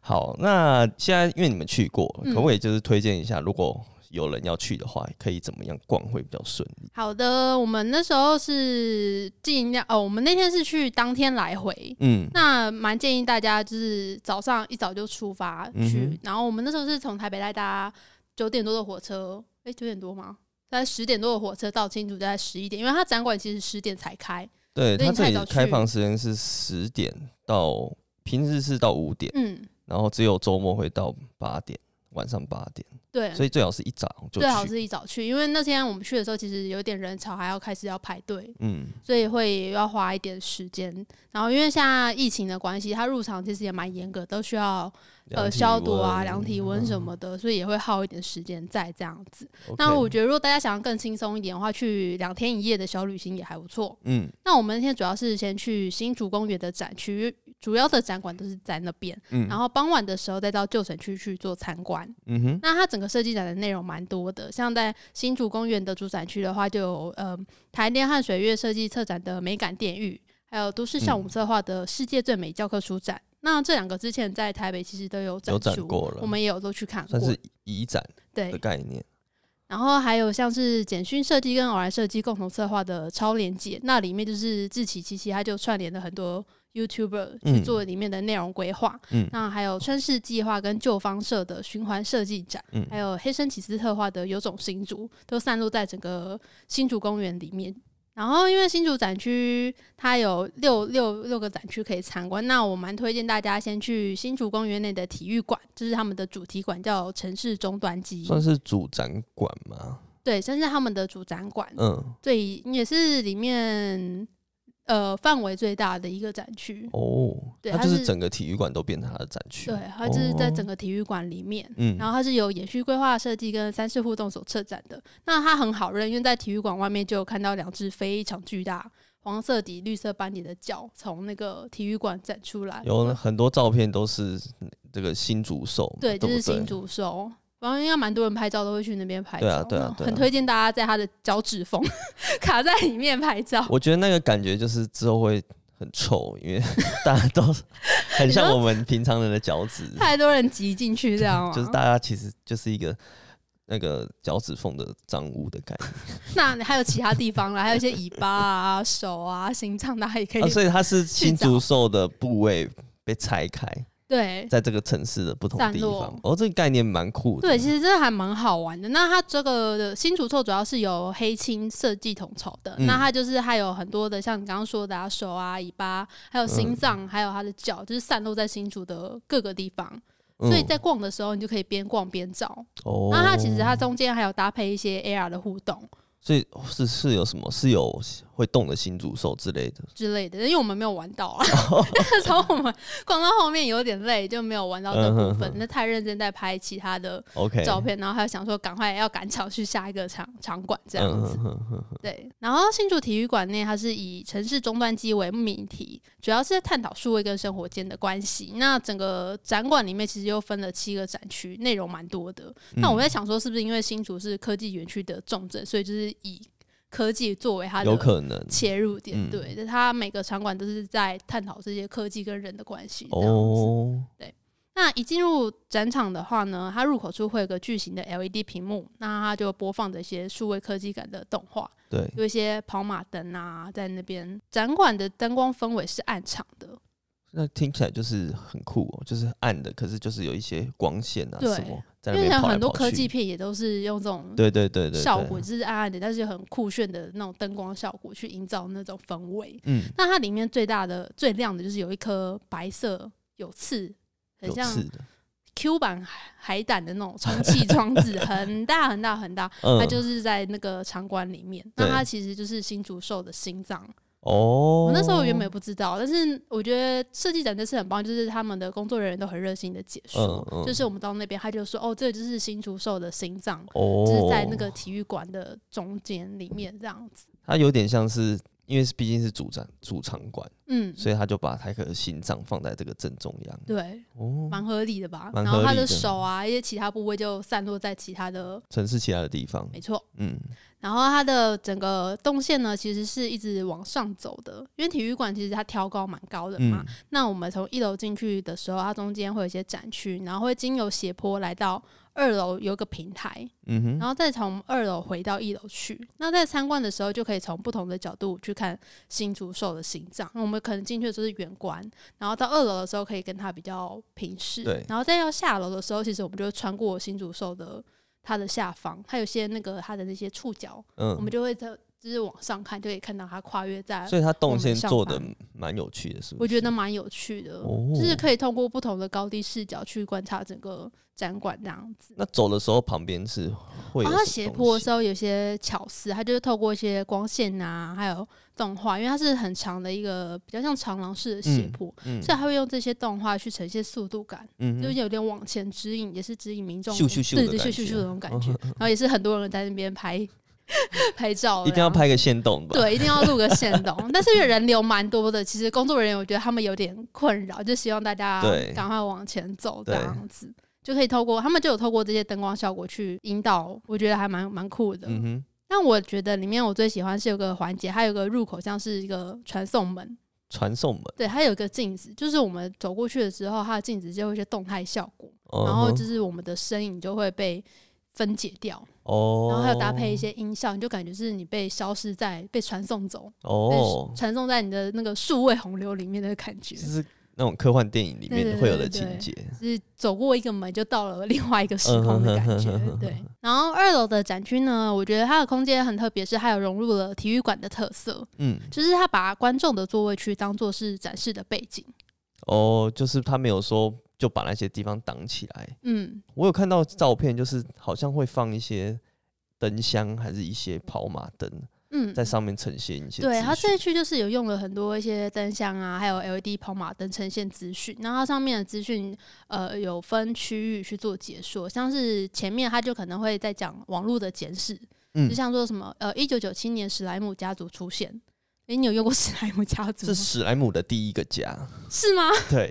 [SPEAKER 1] 好，那现在因为你们去过，
[SPEAKER 3] 嗯
[SPEAKER 1] 可不可以就是推荐一下，如果有人要去的话，可以怎么样逛会比较顺利？
[SPEAKER 3] 好的，我们那时候是尽量哦，我们那天是去当天来回。
[SPEAKER 1] 嗯，
[SPEAKER 3] 那蛮建议大家就是早上一早就出发去，
[SPEAKER 1] 嗯哼
[SPEAKER 3] 然后我们那时候是从台北来搭九点多的火车，诶，九点多吗？大概十点多的火车到新竹，大概十一点，因为它展馆其实十点才开，
[SPEAKER 1] 对，它
[SPEAKER 3] 所以你
[SPEAKER 1] 这
[SPEAKER 3] 太早
[SPEAKER 1] 里开
[SPEAKER 3] 去
[SPEAKER 1] 放时间是十点到平日是到五点，
[SPEAKER 3] 嗯，
[SPEAKER 1] 然后只有周末会到八点，晚上八点，
[SPEAKER 3] 对，
[SPEAKER 1] 所以最好是一早就
[SPEAKER 3] 嗯最好
[SPEAKER 1] 去。
[SPEAKER 3] 是一早去，因为那天我们去的时候其实有点人潮，还要开始要排队，
[SPEAKER 1] 嗯，
[SPEAKER 3] 所以会要花一点时间。然后因为现在疫情的关系，它入场其实也蛮严格，都需要呃
[SPEAKER 1] 量体
[SPEAKER 3] 消毒啊、
[SPEAKER 1] 温嗯
[SPEAKER 3] 量体温什么的，所以也会耗一点时间在这样子。
[SPEAKER 1] OK
[SPEAKER 3] 那我觉得如果大家想要更轻松一点的话，去两天一夜的小旅行也还不错。
[SPEAKER 1] 嗯
[SPEAKER 3] 那我们那天主要是先去新竹公园的展区，主要的展馆都是在那边，
[SPEAKER 1] 嗯，
[SPEAKER 3] 然后傍晚的时候再到旧城区去做参观。
[SPEAKER 1] 嗯哼，
[SPEAKER 3] 那它整个设计展的内容蛮多的，像在新竹公园的主展区的话，就有呃台电和水月设计策展的美感电域，还有都市项目策划的世界最美教科书展。那这两个之前在台北其实都有展
[SPEAKER 1] 有
[SPEAKER 3] 出，
[SPEAKER 1] 展过了
[SPEAKER 3] 我们也有都去看过
[SPEAKER 1] 算。是移展
[SPEAKER 3] 对
[SPEAKER 1] 的，概念。
[SPEAKER 3] 然后还有像是简讯设计跟偶然设计共同策划的超连接，那里面就是志奇琪琪，他就串联了很多 YouTuber 去
[SPEAKER 1] 嗯
[SPEAKER 3] 做里面的内容规划。
[SPEAKER 1] 嗯
[SPEAKER 3] 那还有川市计划跟旧方社的循环设计展，
[SPEAKER 1] 嗯
[SPEAKER 3] 还有黑生起司特化的有种新竹，都散落在整个新竹公园里面。然后，因为新竹展区它有六六六个展区可以参观，那我蛮推荐大家先去新竹公园内的体育馆，这、是他们的主题馆，叫城市终端机。
[SPEAKER 1] 算是主展馆嘛，
[SPEAKER 3] 对，甚至他们的主展馆，
[SPEAKER 1] 嗯，
[SPEAKER 3] 最也是里面呃范围最大的一个展区。
[SPEAKER 1] 哦，
[SPEAKER 3] 对
[SPEAKER 1] 它
[SPEAKER 3] 它
[SPEAKER 1] 就是
[SPEAKER 3] 是
[SPEAKER 1] 整个体育馆都变成它的展区，
[SPEAKER 3] 对，它就是在整
[SPEAKER 1] 哦，
[SPEAKER 3] 个体育馆里面。
[SPEAKER 1] 嗯，
[SPEAKER 3] 然后它是由延续规划设计跟三式互动所策展的。那它很好认，因为在体育馆外面就有看到两只非常巨大、黄色底绿色斑点的脚从那个体育馆展出来。
[SPEAKER 1] 哦有很多照片都是这个新竹兽嘛，
[SPEAKER 3] 对，
[SPEAKER 1] 对不
[SPEAKER 3] 就
[SPEAKER 1] 对，
[SPEAKER 3] 是新竹收。然后应该蛮多人拍照都会去那边拍照，
[SPEAKER 1] 对啊对啊对啊
[SPEAKER 3] 很推荐大家在它的脚趾缝 卡在里面拍照。
[SPEAKER 1] 我觉得那个感觉就是之后会很臭，因为 大家 都很像我们平常人的脚趾，
[SPEAKER 3] 太多人挤进去这样 吗？
[SPEAKER 1] 就是大家其实就是一个那个脚趾缝的脏污的概念
[SPEAKER 3] 那还有其他地方啦，还有一些尾巴啊、手啊、心脏，大家也可以、
[SPEAKER 1] 啊，所以它是新
[SPEAKER 3] 去找
[SPEAKER 1] 竹兽的部位被拆开，
[SPEAKER 3] 对
[SPEAKER 1] 在这个城市的不同
[SPEAKER 3] 散
[SPEAKER 1] 地
[SPEAKER 3] 落
[SPEAKER 1] 方。哦，这个概念蛮酷的。
[SPEAKER 3] 对，其实这还蛮好玩的。那它这个的新竹臭主要是由黑青设计统筹的，
[SPEAKER 1] 嗯
[SPEAKER 3] 那它就是还有很多的像你刚刚说的啊，手啊、尾巴，还有
[SPEAKER 1] 嗯
[SPEAKER 3] 心脏，还有它的脚，就是散落在新竹的各个地方。
[SPEAKER 1] 嗯，
[SPEAKER 3] 所以在逛的时候，你就可以边逛边找。
[SPEAKER 1] 哦，
[SPEAKER 3] 那它其实它中间还有搭配一些 AR 的互动
[SPEAKER 1] 所以哦是是有什么是有会动的新竹兽之类的。
[SPEAKER 3] 之类的，因为我们没有玩 到啊，那时候我们逛到后面有点累，就没有玩到这部
[SPEAKER 1] 嗯哼
[SPEAKER 3] 分
[SPEAKER 1] 哼。
[SPEAKER 3] 那太认真在拍其他的
[SPEAKER 1] OK，
[SPEAKER 3] 照片，然后还有想说赶快要赶场去下一个场场馆这样子。
[SPEAKER 1] 嗯哼哼
[SPEAKER 3] 对，然后新竹体育馆内，它是以城市终端机为命题，主要是在探讨数位跟生活间的关系。那整个展馆里面其实又分了七个展区，内容蛮多的。那
[SPEAKER 1] 嗯
[SPEAKER 3] 我在想说，是不是因为新竹是科技园区的重镇，所以就是以科技作为它
[SPEAKER 1] 有
[SPEAKER 3] 的
[SPEAKER 1] 可能
[SPEAKER 3] 切入点？
[SPEAKER 1] 嗯
[SPEAKER 3] 对，它每个场馆都是在探讨这些科技跟人的关系。这样子。
[SPEAKER 1] 哦，
[SPEAKER 3] 那一进入展场的话呢，它入口处会有个巨型的 LED 屏幕，那它就播放着一些数位科技感的动画，
[SPEAKER 1] 对，
[SPEAKER 3] 有一些跑马灯啊，在那边展馆的灯光氛围是暗场的，
[SPEAKER 1] 那听起来就是很酷哦，就是暗的，可是就是有一些光线啊
[SPEAKER 3] 对
[SPEAKER 1] 什么在那
[SPEAKER 3] 因为
[SPEAKER 1] 边
[SPEAKER 3] 像
[SPEAKER 1] 跑来
[SPEAKER 3] 很多
[SPEAKER 1] 跑
[SPEAKER 3] 科
[SPEAKER 1] 去
[SPEAKER 3] 技片也都是用这种
[SPEAKER 1] 对对对对
[SPEAKER 3] 效
[SPEAKER 1] 对
[SPEAKER 3] 果，就是暗暗的，但是很酷炫的那种灯光效果去营造那种氛围。
[SPEAKER 1] 嗯，
[SPEAKER 3] 那它里面最大的、最亮的就是有一颗白色有刺，很
[SPEAKER 1] 有
[SPEAKER 3] 像
[SPEAKER 1] 刺的，
[SPEAKER 3] Q 版海海胆的那种充气装 置，很大很大很大，
[SPEAKER 1] 嗯，
[SPEAKER 3] 它就是在那个场馆里面，那
[SPEAKER 1] 对
[SPEAKER 3] 它其实就是新竹兽的心脏。
[SPEAKER 1] 哦，
[SPEAKER 3] 我那时候原本也不知道，但是我觉得设计展这次很棒，就是他们的工作人员都很热心的解说，
[SPEAKER 1] 嗯嗯
[SPEAKER 3] 就是我们到那边他就说，哦，这个就是新竹兽的心脏，
[SPEAKER 1] 哦，
[SPEAKER 3] 就是在那个体育馆的中间里面这样子。
[SPEAKER 1] 它有点像是。因为是毕竟是主展主场馆，
[SPEAKER 3] 嗯，
[SPEAKER 1] 所以他就把他的心脏放在这个正中央。
[SPEAKER 3] 对，
[SPEAKER 1] 哦，
[SPEAKER 3] 蛮合理的吧？
[SPEAKER 1] 蛮
[SPEAKER 3] 然
[SPEAKER 1] 合
[SPEAKER 3] 后他
[SPEAKER 1] 理
[SPEAKER 3] 的
[SPEAKER 1] 的
[SPEAKER 3] 手啊，一些其他部位就散落在其他的，
[SPEAKER 1] 城市其他的地方，
[SPEAKER 3] 没错。
[SPEAKER 1] 嗯，
[SPEAKER 3] 然后它的整个动线呢，其实是一直往上走的，因为体育馆其实它挑高蛮高的嘛。
[SPEAKER 1] 嗯
[SPEAKER 3] 那我们从一楼进去的时候，它中间会有一些展区，然后会经由斜坡来到二楼有一个平台，
[SPEAKER 1] 嗯
[SPEAKER 3] 然
[SPEAKER 1] 哼，
[SPEAKER 3] 后再从二楼回到一楼去。那在参观的时候，就可以从不同的角度去看新竹兽的形状。那我们可能进去的时候是远观，然后到二楼的时候可以跟它比较平视。
[SPEAKER 1] 对
[SPEAKER 3] 然后再要下楼的时候，其实我们就会穿过新竹兽的它的下方，它有些那个它的那些触角。我
[SPEAKER 1] 嗯
[SPEAKER 3] 们，就会在就是往上看就可以看到它跨越在
[SPEAKER 1] 所以它动线
[SPEAKER 3] 我们上
[SPEAKER 1] 做的
[SPEAKER 3] 班
[SPEAKER 1] 蛮有趣的，是不是？
[SPEAKER 3] 我觉得蛮有趣的，
[SPEAKER 1] 哦
[SPEAKER 3] 就是可以通过不同的高低视角去观察整个展馆这样子。
[SPEAKER 1] 那走的时候旁边是会有什
[SPEAKER 3] 然后
[SPEAKER 1] 么
[SPEAKER 3] 哦它啊斜坡
[SPEAKER 1] 东
[SPEAKER 3] 的
[SPEAKER 1] 西
[SPEAKER 3] 时候有些巧思，它就是透过一些光线啊，还有动画，因为它是很长的一个比较像长廊式的斜
[SPEAKER 1] 嗯
[SPEAKER 3] 坡，
[SPEAKER 1] 嗯
[SPEAKER 3] 所以它会用这些动画去呈现速度感，
[SPEAKER 1] 嗯
[SPEAKER 3] 就是
[SPEAKER 1] 哼，
[SPEAKER 3] 有点往前指引，也是指引民众
[SPEAKER 1] 咻咻咻
[SPEAKER 3] 对
[SPEAKER 1] 的
[SPEAKER 3] 对
[SPEAKER 1] 感
[SPEAKER 3] 咻咻咻
[SPEAKER 1] 觉嗯
[SPEAKER 3] 的那种感觉，然后也是很多人在那边拍 拍照，
[SPEAKER 1] 一定要
[SPEAKER 3] 然后
[SPEAKER 1] 拍个线动吧？，
[SPEAKER 3] 对，一定要录个线 动。但是因为人流蛮多的，其实工作人员我觉得他们有点困扰，就希望大家
[SPEAKER 1] 对
[SPEAKER 3] 赶快往前走这
[SPEAKER 1] 对
[SPEAKER 3] 样子，就可以透过他们就有透过这些灯光效果去引导，我觉得还蛮蛮酷的。
[SPEAKER 1] 嗯哼，
[SPEAKER 3] 但我觉得里面我最喜欢是有个环节，它有个入口像是一个传送门，
[SPEAKER 1] 传送门，
[SPEAKER 3] 对，它有一个镜子，就是我们走过去的时候，它的镜子就会有一些动态效果，然
[SPEAKER 1] 嗯
[SPEAKER 3] 后
[SPEAKER 1] 哼
[SPEAKER 3] 就是我们的身影就会被分解掉，
[SPEAKER 1] 哦，
[SPEAKER 3] 然后还有搭配一些音效，你就感觉是你被消失在被传送走。
[SPEAKER 1] 哦
[SPEAKER 3] 被，传送在你的那个数位洪流里面的感觉，
[SPEAKER 1] 就
[SPEAKER 3] 就是
[SPEAKER 1] 那种科幻电影里
[SPEAKER 3] 对对
[SPEAKER 1] 面
[SPEAKER 3] 对
[SPEAKER 1] 会有的
[SPEAKER 3] 对对
[SPEAKER 1] 情节，
[SPEAKER 3] 是走过一个门就到了另外一个时空的感觉
[SPEAKER 1] 嗯哼哼哼哼。哼
[SPEAKER 3] 对，然后二楼的展区呢，我觉得它的空间很特别，是它有融入了体育馆的特色，
[SPEAKER 1] 嗯，
[SPEAKER 3] 就是它把观众的座位区当做是展示的背景。
[SPEAKER 1] 哦，就是他没有说就把那些地方挡起来。
[SPEAKER 3] 嗯，
[SPEAKER 1] 我有看到照片，就是好像会放一些灯箱，还是一些跑马灯
[SPEAKER 3] 嗯，
[SPEAKER 1] 在上面呈现一些资讯。
[SPEAKER 3] 对，它这一区就是有用了很多一些灯箱啊，还有 LED 跑马灯呈现资讯。那它上面的资讯，呃，有分区域去做解说，像是前面它就可能会在讲网络的简史，
[SPEAKER 1] 嗯
[SPEAKER 3] 就像说什么呃，一九九七年史莱姆家族出现。诶、你有用过 史莱姆家族
[SPEAKER 1] 是
[SPEAKER 3] 吗？
[SPEAKER 1] 史莱姆的第一个家，
[SPEAKER 3] 是吗？
[SPEAKER 1] 对，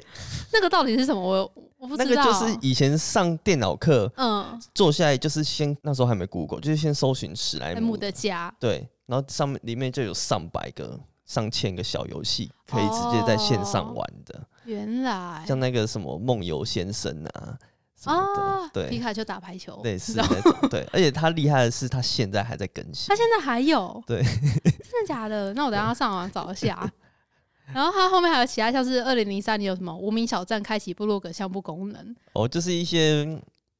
[SPEAKER 3] 那个到底是什么？我我不
[SPEAKER 1] 那
[SPEAKER 3] 知
[SPEAKER 1] 个
[SPEAKER 3] 道。
[SPEAKER 1] 就是以前上电脑课
[SPEAKER 3] 嗯，
[SPEAKER 1] 坐下来，就是先那时候还没 Google，就是先搜寻史莱
[SPEAKER 3] 莱
[SPEAKER 1] 姆
[SPEAKER 3] 姆的家
[SPEAKER 1] 对，然后上面里面就有上百个、上千个小游戏，可以直接在线上玩的，
[SPEAKER 3] 原来
[SPEAKER 1] 像那个什么梦游先生啊什么的，
[SPEAKER 3] 啊，皮
[SPEAKER 1] 对，
[SPEAKER 3] 卡丘打排球，
[SPEAKER 1] 类似那种， 对，而且他厉害的是，他现在还在更新
[SPEAKER 3] 他，现在还有，
[SPEAKER 1] 对
[SPEAKER 3] 真的假的？那我等一下上网找 一下。然后它后面还有其他，像是二零零三年有什么无名小站开启部落格项目功能、
[SPEAKER 1] 哦，就是一些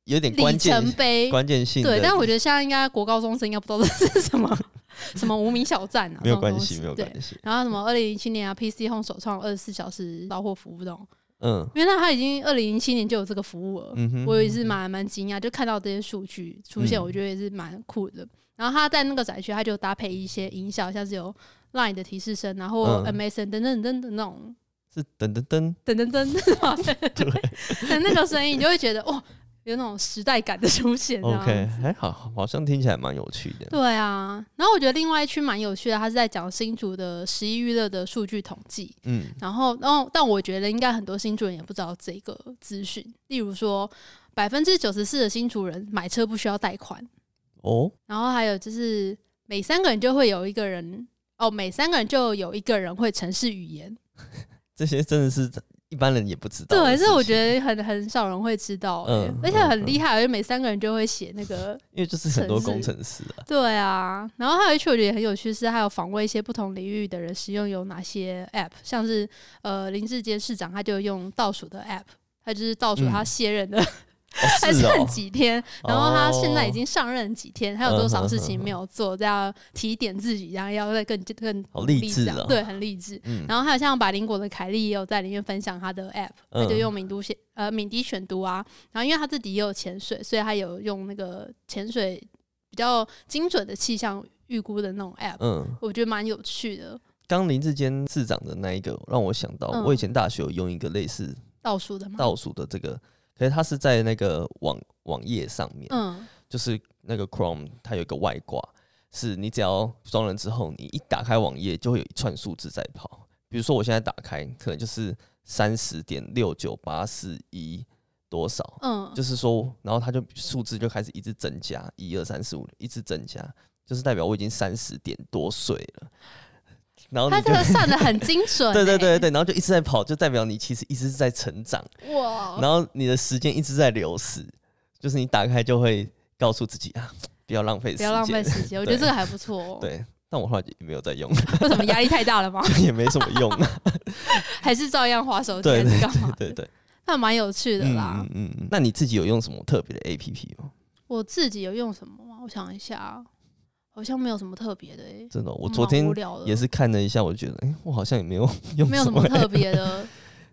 [SPEAKER 1] 有点哎关
[SPEAKER 3] 里
[SPEAKER 1] 键
[SPEAKER 3] 程碑，
[SPEAKER 1] 关键性的，
[SPEAKER 3] 对。但我觉得现在应该国高中生应该不知道这是什么 什么无名小站啊，
[SPEAKER 1] 没有
[SPEAKER 3] 这种
[SPEAKER 1] 关
[SPEAKER 3] 东
[SPEAKER 1] 系，
[SPEAKER 3] 西
[SPEAKER 1] 没有
[SPEAKER 3] 对
[SPEAKER 1] 关系，
[SPEAKER 3] 然后什么二零零七年啊，PC Home 首创二十四小时到货服务这种，
[SPEAKER 1] 嗯
[SPEAKER 3] 原来它已经二零零七年就有这个服务了。
[SPEAKER 1] 嗯哼，
[SPEAKER 3] 我也是蛮蛮惊讶，就看到这些数据出现，
[SPEAKER 1] 嗯
[SPEAKER 3] 我觉得也是蛮酷的。然后他在那个展区，他就搭配一些音效，像是有 Line 的提示声，然后
[SPEAKER 1] 嗯
[SPEAKER 3] MSN 等等等等的那种
[SPEAKER 1] 是噔噔噔，
[SPEAKER 3] 等等等等的那个声音，你就会觉得哇，有那种时代感的出现。这样
[SPEAKER 1] OK，还好，好像听起来蛮有趣的。
[SPEAKER 3] 对啊，然后我觉得另外一区蛮有趣的，他是在讲新竹的十一娱乐的数据统计，
[SPEAKER 1] 嗯，
[SPEAKER 3] 然后，然后，但我觉得应该很多新主人也不知道这个资讯，例如说百分之九十四的新主人买车不需要贷款，
[SPEAKER 1] 哦，
[SPEAKER 3] 然后还有就是每三个人就会有一个人哦，每三个人就有一个人会城市语言，
[SPEAKER 1] 这些真的是一般人也不知道的
[SPEAKER 3] 对，
[SPEAKER 1] 事情。
[SPEAKER 3] 这我觉得很很少人会知道、欸，
[SPEAKER 1] 嗯
[SPEAKER 3] 而且很厉害，因为每三个人就会写那个，
[SPEAKER 1] 因为就是很多
[SPEAKER 3] 城市
[SPEAKER 1] 工程师啊，
[SPEAKER 3] 对啊，然后还有一句我觉得也很有趣是，还有访问一些不同领域的人使用有哪些 app，像是呃林志坚市长他就用倒数的 app。他就是倒数他
[SPEAKER 1] 嗯
[SPEAKER 3] 卸任 的
[SPEAKER 1] 哦
[SPEAKER 3] 还
[SPEAKER 1] 是
[SPEAKER 3] 剩
[SPEAKER 1] 哦，
[SPEAKER 3] 几天，然后他现在已
[SPEAKER 1] 哦
[SPEAKER 3] 经上任几天，还有多少事情没有做，这样提点自己，然后要再更更
[SPEAKER 1] 好
[SPEAKER 3] 努
[SPEAKER 1] 励
[SPEAKER 3] 力
[SPEAKER 1] 志
[SPEAKER 3] 这样
[SPEAKER 1] 哦
[SPEAKER 3] 对，很励志。
[SPEAKER 1] 嗯，
[SPEAKER 3] 然后还有像百灵果的凯莉也有在里面分享她的 app，她就
[SPEAKER 1] 嗯
[SPEAKER 3] 用敏都选呃敏迪选读啊，然后因为她自己也有潜水，所以她有用那个潜水比较精准的气象预估的那种 app，
[SPEAKER 1] 嗯，
[SPEAKER 3] 我觉得蛮有趣的。
[SPEAKER 1] 刚林志坚市长的那一个让我想到，
[SPEAKER 3] 嗯
[SPEAKER 1] 我以前大学有用一个类似
[SPEAKER 3] 倒数的嘛，
[SPEAKER 1] 倒数的这个，可是它是在那个网网页上面，
[SPEAKER 3] 嗯，
[SPEAKER 1] 就是那个 Chrome 它有一个外挂，是你只要装了之后，你一打开网页就会有一串数字在跑。比如说我现在打开，可能就是三十点六九八四一多少，
[SPEAKER 3] 嗯，
[SPEAKER 1] 就是说，然后它就数字就开始一直增加，一二三四五，一直增加，就是代表我已经三十点多岁了。然后
[SPEAKER 3] 他
[SPEAKER 1] 你
[SPEAKER 3] 这
[SPEAKER 1] 就
[SPEAKER 3] 个算的很精准、欸
[SPEAKER 1] 对对对对，然后就一直在跑，就代表你其实一直在成长，
[SPEAKER 3] 对，哇，
[SPEAKER 1] 然后你的时间一直在流逝，就是你打开就会告诉自己啊，不要浪费时
[SPEAKER 3] 不要浪费
[SPEAKER 1] 间。
[SPEAKER 3] 时间，我觉得
[SPEAKER 1] 对
[SPEAKER 3] 这个还不错、哦。
[SPEAKER 1] 对，但我后来也没有再用，
[SPEAKER 3] 为什么压力太大了吗？
[SPEAKER 1] 也没什么 用啊。
[SPEAKER 3] 还是照样划手机，还
[SPEAKER 1] 对
[SPEAKER 3] 是
[SPEAKER 1] 对
[SPEAKER 3] 干嘛的？
[SPEAKER 1] 对对，
[SPEAKER 3] 那蛮有趣的
[SPEAKER 1] 嗯
[SPEAKER 3] 啦。
[SPEAKER 1] 嗯嗯嗯。那你自己有用什么特别的 A P P 吗？
[SPEAKER 3] 我自己有用什么吗？我想一下啊，好像没有什么特别的、欸，
[SPEAKER 1] 真的哦、我
[SPEAKER 3] 蛮
[SPEAKER 1] 昨天
[SPEAKER 3] 无聊的啊
[SPEAKER 1] 也是看了一下，我觉得，哎、我好像也没有用
[SPEAKER 3] 没有什
[SPEAKER 1] 么
[SPEAKER 3] 么
[SPEAKER 1] 欸
[SPEAKER 3] 特别的。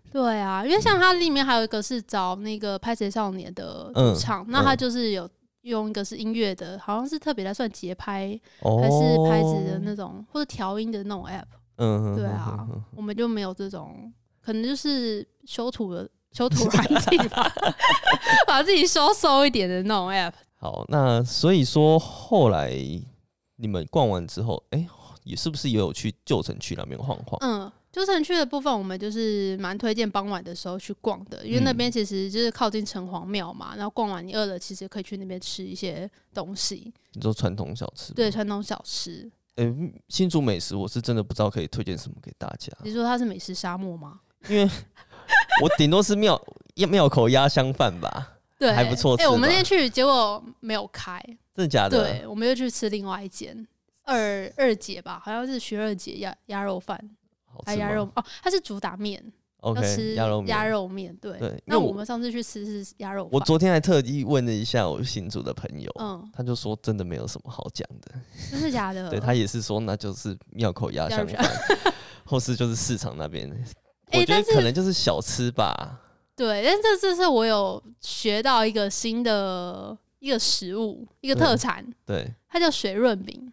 [SPEAKER 3] 对啊，因为像它里面还有一个是找那个《拍谁少年》的主
[SPEAKER 1] 嗯
[SPEAKER 3] 唱，那他
[SPEAKER 1] 嗯
[SPEAKER 3] 就是有用一个是音乐的，好像是特别来算节拍
[SPEAKER 1] 哦，
[SPEAKER 3] 还是拍子的那种，或者调音的那种 app，
[SPEAKER 1] 嗯，嗯
[SPEAKER 3] 对啊，我们就没有这种，可能就是修图的修图软体吧， 把自己收收一点的那种 app。
[SPEAKER 1] 好，那所以说后来你们逛完之后，哎、也是不是也有去旧城区那边晃晃？
[SPEAKER 3] 嗯，旧城区的部分，我们就是蛮推荐傍晚的时候去逛的，因为那
[SPEAKER 1] 嗯
[SPEAKER 3] 边其实就是靠近城隍庙嘛，然后逛完你饿了，其实可以去那边吃一些东西，
[SPEAKER 1] 你说传统小吃？
[SPEAKER 3] 对，，传统小吃。
[SPEAKER 1] 哎、新竹美食我是真的不知道可以推荐什么给大家，
[SPEAKER 3] 你说它是美食沙漠吗？
[SPEAKER 1] 因为我顶多是庙庙口鸭香饭吧，
[SPEAKER 3] 对，
[SPEAKER 1] 还不错
[SPEAKER 3] 哎、
[SPEAKER 1] 吃
[SPEAKER 3] 我们
[SPEAKER 1] 吧
[SPEAKER 3] 那天去，结果没有开，
[SPEAKER 1] 真的假的？
[SPEAKER 3] 对，我们又去吃另外一间。二二姐吧，好像是徐二姐鸭鸭肉饭，
[SPEAKER 1] 好
[SPEAKER 3] 还
[SPEAKER 1] 吃
[SPEAKER 3] 鸭
[SPEAKER 1] 吗
[SPEAKER 3] 肉哦，它是主打面要
[SPEAKER 1] ，OK，
[SPEAKER 3] 吃
[SPEAKER 1] 鸭肉面
[SPEAKER 3] 鸭肉面对。
[SPEAKER 1] 对因为
[SPEAKER 3] 那我
[SPEAKER 1] 我
[SPEAKER 3] 们上次去吃是鸭肉饭，
[SPEAKER 1] 我昨天还特地问了一下我新竹的朋友，
[SPEAKER 3] 嗯，
[SPEAKER 1] 他就说真的没有什么好讲的，
[SPEAKER 3] 真的假的？
[SPEAKER 1] 对他也是说那就是庙口鸭
[SPEAKER 3] 鸭
[SPEAKER 1] 香
[SPEAKER 3] 肉
[SPEAKER 1] 饭，或是就是市场那边，我
[SPEAKER 3] 哎
[SPEAKER 1] 觉得
[SPEAKER 3] 但是
[SPEAKER 1] 可能就是小吃吧。
[SPEAKER 3] 对，但这次是我有学到一个新的一个食物，一个特
[SPEAKER 1] 对
[SPEAKER 3] 产，
[SPEAKER 1] 对，
[SPEAKER 3] 它叫水润饼。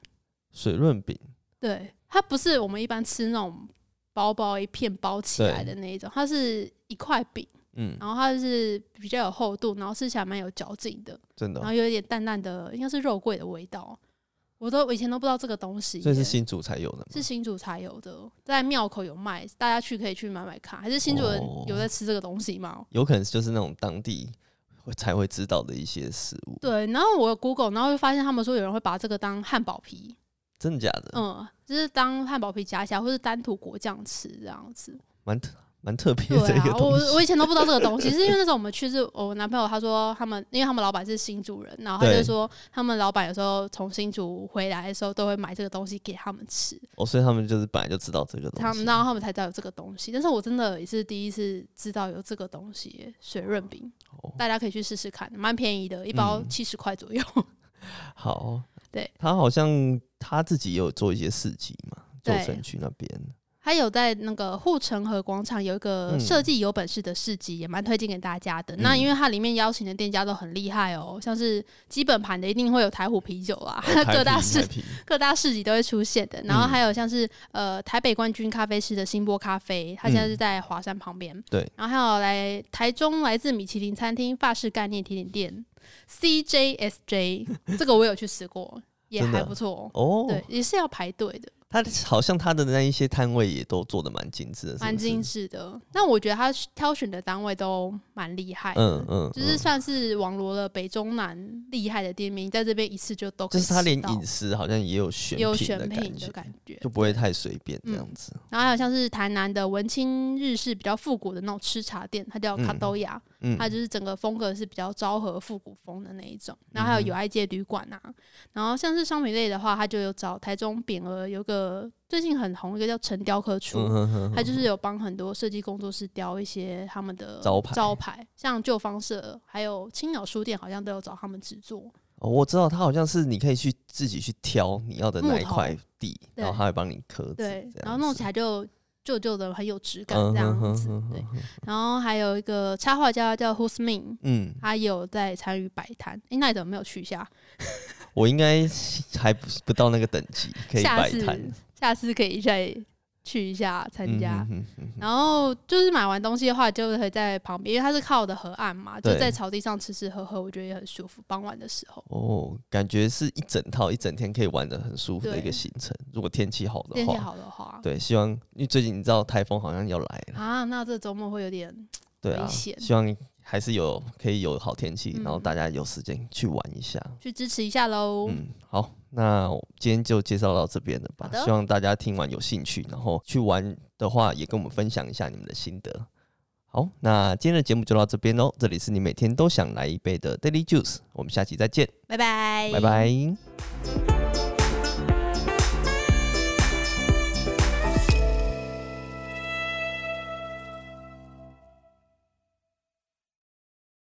[SPEAKER 1] 水润饼，
[SPEAKER 3] 对，它不是我们一般吃那种薄薄一片包起来的那一种，它是一块饼，
[SPEAKER 1] 嗯，
[SPEAKER 3] 然后它是比较有厚度，然后吃起来蛮有嚼劲的，
[SPEAKER 1] 真的
[SPEAKER 3] 然
[SPEAKER 1] 哦、
[SPEAKER 3] 后有一点淡淡的，应该是肉桂的味道。我都我以前都不知道这个东西耶，
[SPEAKER 1] 所以是新竹才有的
[SPEAKER 3] 是
[SPEAKER 1] 吗？
[SPEAKER 3] 新竹才有的，在庙口有卖，大家去可以去买买看。还是新竹人
[SPEAKER 1] 哦
[SPEAKER 3] 有在吃这个东西吗？
[SPEAKER 1] 有可能就是那种当地会才会知道的一些食物，
[SPEAKER 3] 对，然后我有 Google，然后就发现他们说有人会把这个当汉堡皮，
[SPEAKER 1] 真的假的？
[SPEAKER 3] 嗯，就是当汉堡皮夹起来，或是单涂果酱吃这样子。
[SPEAKER 1] 蛮、特蛮特别
[SPEAKER 3] 对
[SPEAKER 1] 的一个
[SPEAKER 3] 啊，我
[SPEAKER 1] 东西。
[SPEAKER 3] 我以前都不知道这个 东西，是因为那时候我们去是我男朋友他说他们，因为他们老板是新竹人，然后他就
[SPEAKER 1] 对
[SPEAKER 3] 说他们老板有时候从新竹回来的时候都会买这个东西给他们吃，
[SPEAKER 1] 哦，所以他们就是本来就知道这个东西。
[SPEAKER 3] 他们然后他们才知道有这个东西。但是我真的也是第一次知道有这个东西耶，水润饼，
[SPEAKER 1] 哦
[SPEAKER 3] 大家可以去试试看，蛮便宜的，一包
[SPEAKER 1] 嗯
[SPEAKER 3] 七十块左右。
[SPEAKER 1] 好，
[SPEAKER 3] 对
[SPEAKER 1] 他好像他自己也有做一些市集嘛，旧
[SPEAKER 3] 对
[SPEAKER 1] 城区那 边。
[SPEAKER 3] 还有在那个护城河广场有一个
[SPEAKER 1] 嗯
[SPEAKER 3] 设计有本事的市集，也蛮推荐给大家的。那因为它里面邀请的店家都很厉害哦，像是基本盘的一定会有台虎啤酒啊， 各大市
[SPEAKER 1] 台啤
[SPEAKER 3] 各大市集都会出现的。然后还
[SPEAKER 1] 嗯
[SPEAKER 3] 有像是、呃台北冠军咖啡师的新波咖啡，它现在是在华山旁边。
[SPEAKER 1] 嗯对，
[SPEAKER 3] 然后还有来台中来自米其林餐厅法式概念甜点店 CJSJ，这个我有去吃过，也
[SPEAKER 1] 真的
[SPEAKER 3] 还不错。
[SPEAKER 1] 哦，
[SPEAKER 3] 对，也是要排队的。
[SPEAKER 1] 他好像他的那一些摊位也都做的蛮精致的，是不
[SPEAKER 3] 蛮
[SPEAKER 1] 是
[SPEAKER 3] 精。致的。那我觉得他挑选的单位都蛮厉害的，
[SPEAKER 1] 嗯嗯，
[SPEAKER 3] 就是
[SPEAKER 1] 嗯
[SPEAKER 3] 算是网罗了北中南厉害的店名，在这边一次就都可
[SPEAKER 1] 就
[SPEAKER 3] 以
[SPEAKER 1] 是他连
[SPEAKER 3] 吃到
[SPEAKER 1] 饮食好像也有选
[SPEAKER 3] 也有
[SPEAKER 1] 品
[SPEAKER 3] 选
[SPEAKER 1] 的
[SPEAKER 3] 品
[SPEAKER 1] 感
[SPEAKER 3] 的
[SPEAKER 1] 觉，
[SPEAKER 3] 感觉。
[SPEAKER 1] 就不会太随便这
[SPEAKER 3] 嗯
[SPEAKER 1] 样子。
[SPEAKER 3] 然后还有像是台南的文青日式比较复古的那种吃茶店，它叫
[SPEAKER 1] 嗯
[SPEAKER 3] 卡多亚，
[SPEAKER 1] 嗯，
[SPEAKER 3] 它就是整个风格是比较昭和复古风的那一种。然后还有
[SPEAKER 1] 嗯哼
[SPEAKER 3] 友爱街旅馆啊，然后像是商品类的话，它就有找台中匾额有个最近很红一个叫陈雕刻处，
[SPEAKER 1] 嗯哼哼
[SPEAKER 3] 他就是有帮很多设计工作室雕一些他们的
[SPEAKER 1] 招牌
[SPEAKER 3] 招牌像旧方社还有青鸟书店，好像都有找他们制作。
[SPEAKER 1] 哦我知道，他好像是你可以去自己去挑你要的
[SPEAKER 3] 木
[SPEAKER 1] 那一
[SPEAKER 3] 头
[SPEAKER 1] 块地，然后
[SPEAKER 3] 对
[SPEAKER 1] 他会帮你刻字，
[SPEAKER 3] 对，
[SPEAKER 1] 这
[SPEAKER 3] 然后
[SPEAKER 1] 样
[SPEAKER 3] 弄
[SPEAKER 1] 子
[SPEAKER 3] 起来就旧旧的，很有质感
[SPEAKER 1] 嗯
[SPEAKER 3] 这样
[SPEAKER 1] 哼哼
[SPEAKER 3] 子。
[SPEAKER 1] 哼
[SPEAKER 3] 对
[SPEAKER 1] 哼，哼
[SPEAKER 3] 然后还有一个插画家叫 Who's Min，
[SPEAKER 1] 嗯，
[SPEAKER 3] 他也有在参与摆摊。诶，那你怎么没有去一下？
[SPEAKER 1] 我应该还不不到那个等级，可以
[SPEAKER 3] 下
[SPEAKER 1] 摆
[SPEAKER 3] 次
[SPEAKER 1] 摊。
[SPEAKER 3] 下次可以再去一下参加。
[SPEAKER 1] 嗯哼哼哼哼
[SPEAKER 3] 然后就是买完东西的话，就可以在旁边，因为它是靠的河岸嘛，就
[SPEAKER 1] 对
[SPEAKER 3] 在草地上吃吃喝喝，我觉得也很舒服。傍晚的时候，
[SPEAKER 1] 哦，感觉是一整套一整天可以玩的很舒服的一
[SPEAKER 3] 对
[SPEAKER 1] 个行程。如果天气好的话，
[SPEAKER 3] 天气好的话，
[SPEAKER 1] 对，希望因为最近你知道台风好像要来了，
[SPEAKER 3] 啊，那这周末会有点
[SPEAKER 1] 对啊，
[SPEAKER 3] 危险
[SPEAKER 1] 希望还是有可以有好天气，然后
[SPEAKER 3] 嗯
[SPEAKER 1] 大家有时间去玩一下。
[SPEAKER 3] 去支持一下喽。
[SPEAKER 1] 嗯，好，那我今天就介绍到这边了吧
[SPEAKER 3] 好。的
[SPEAKER 1] 希望大家听完有兴趣，然后去玩的话也跟我们分享一下你们的心得。好，那今天的节目就到这边喽。这里是你
[SPEAKER 3] 哎
[SPEAKER 1] 每天都想来一杯的 Daily Juice，我们下期再见，
[SPEAKER 3] 拜拜，
[SPEAKER 1] 拜拜。
[SPEAKER 2] 嗨，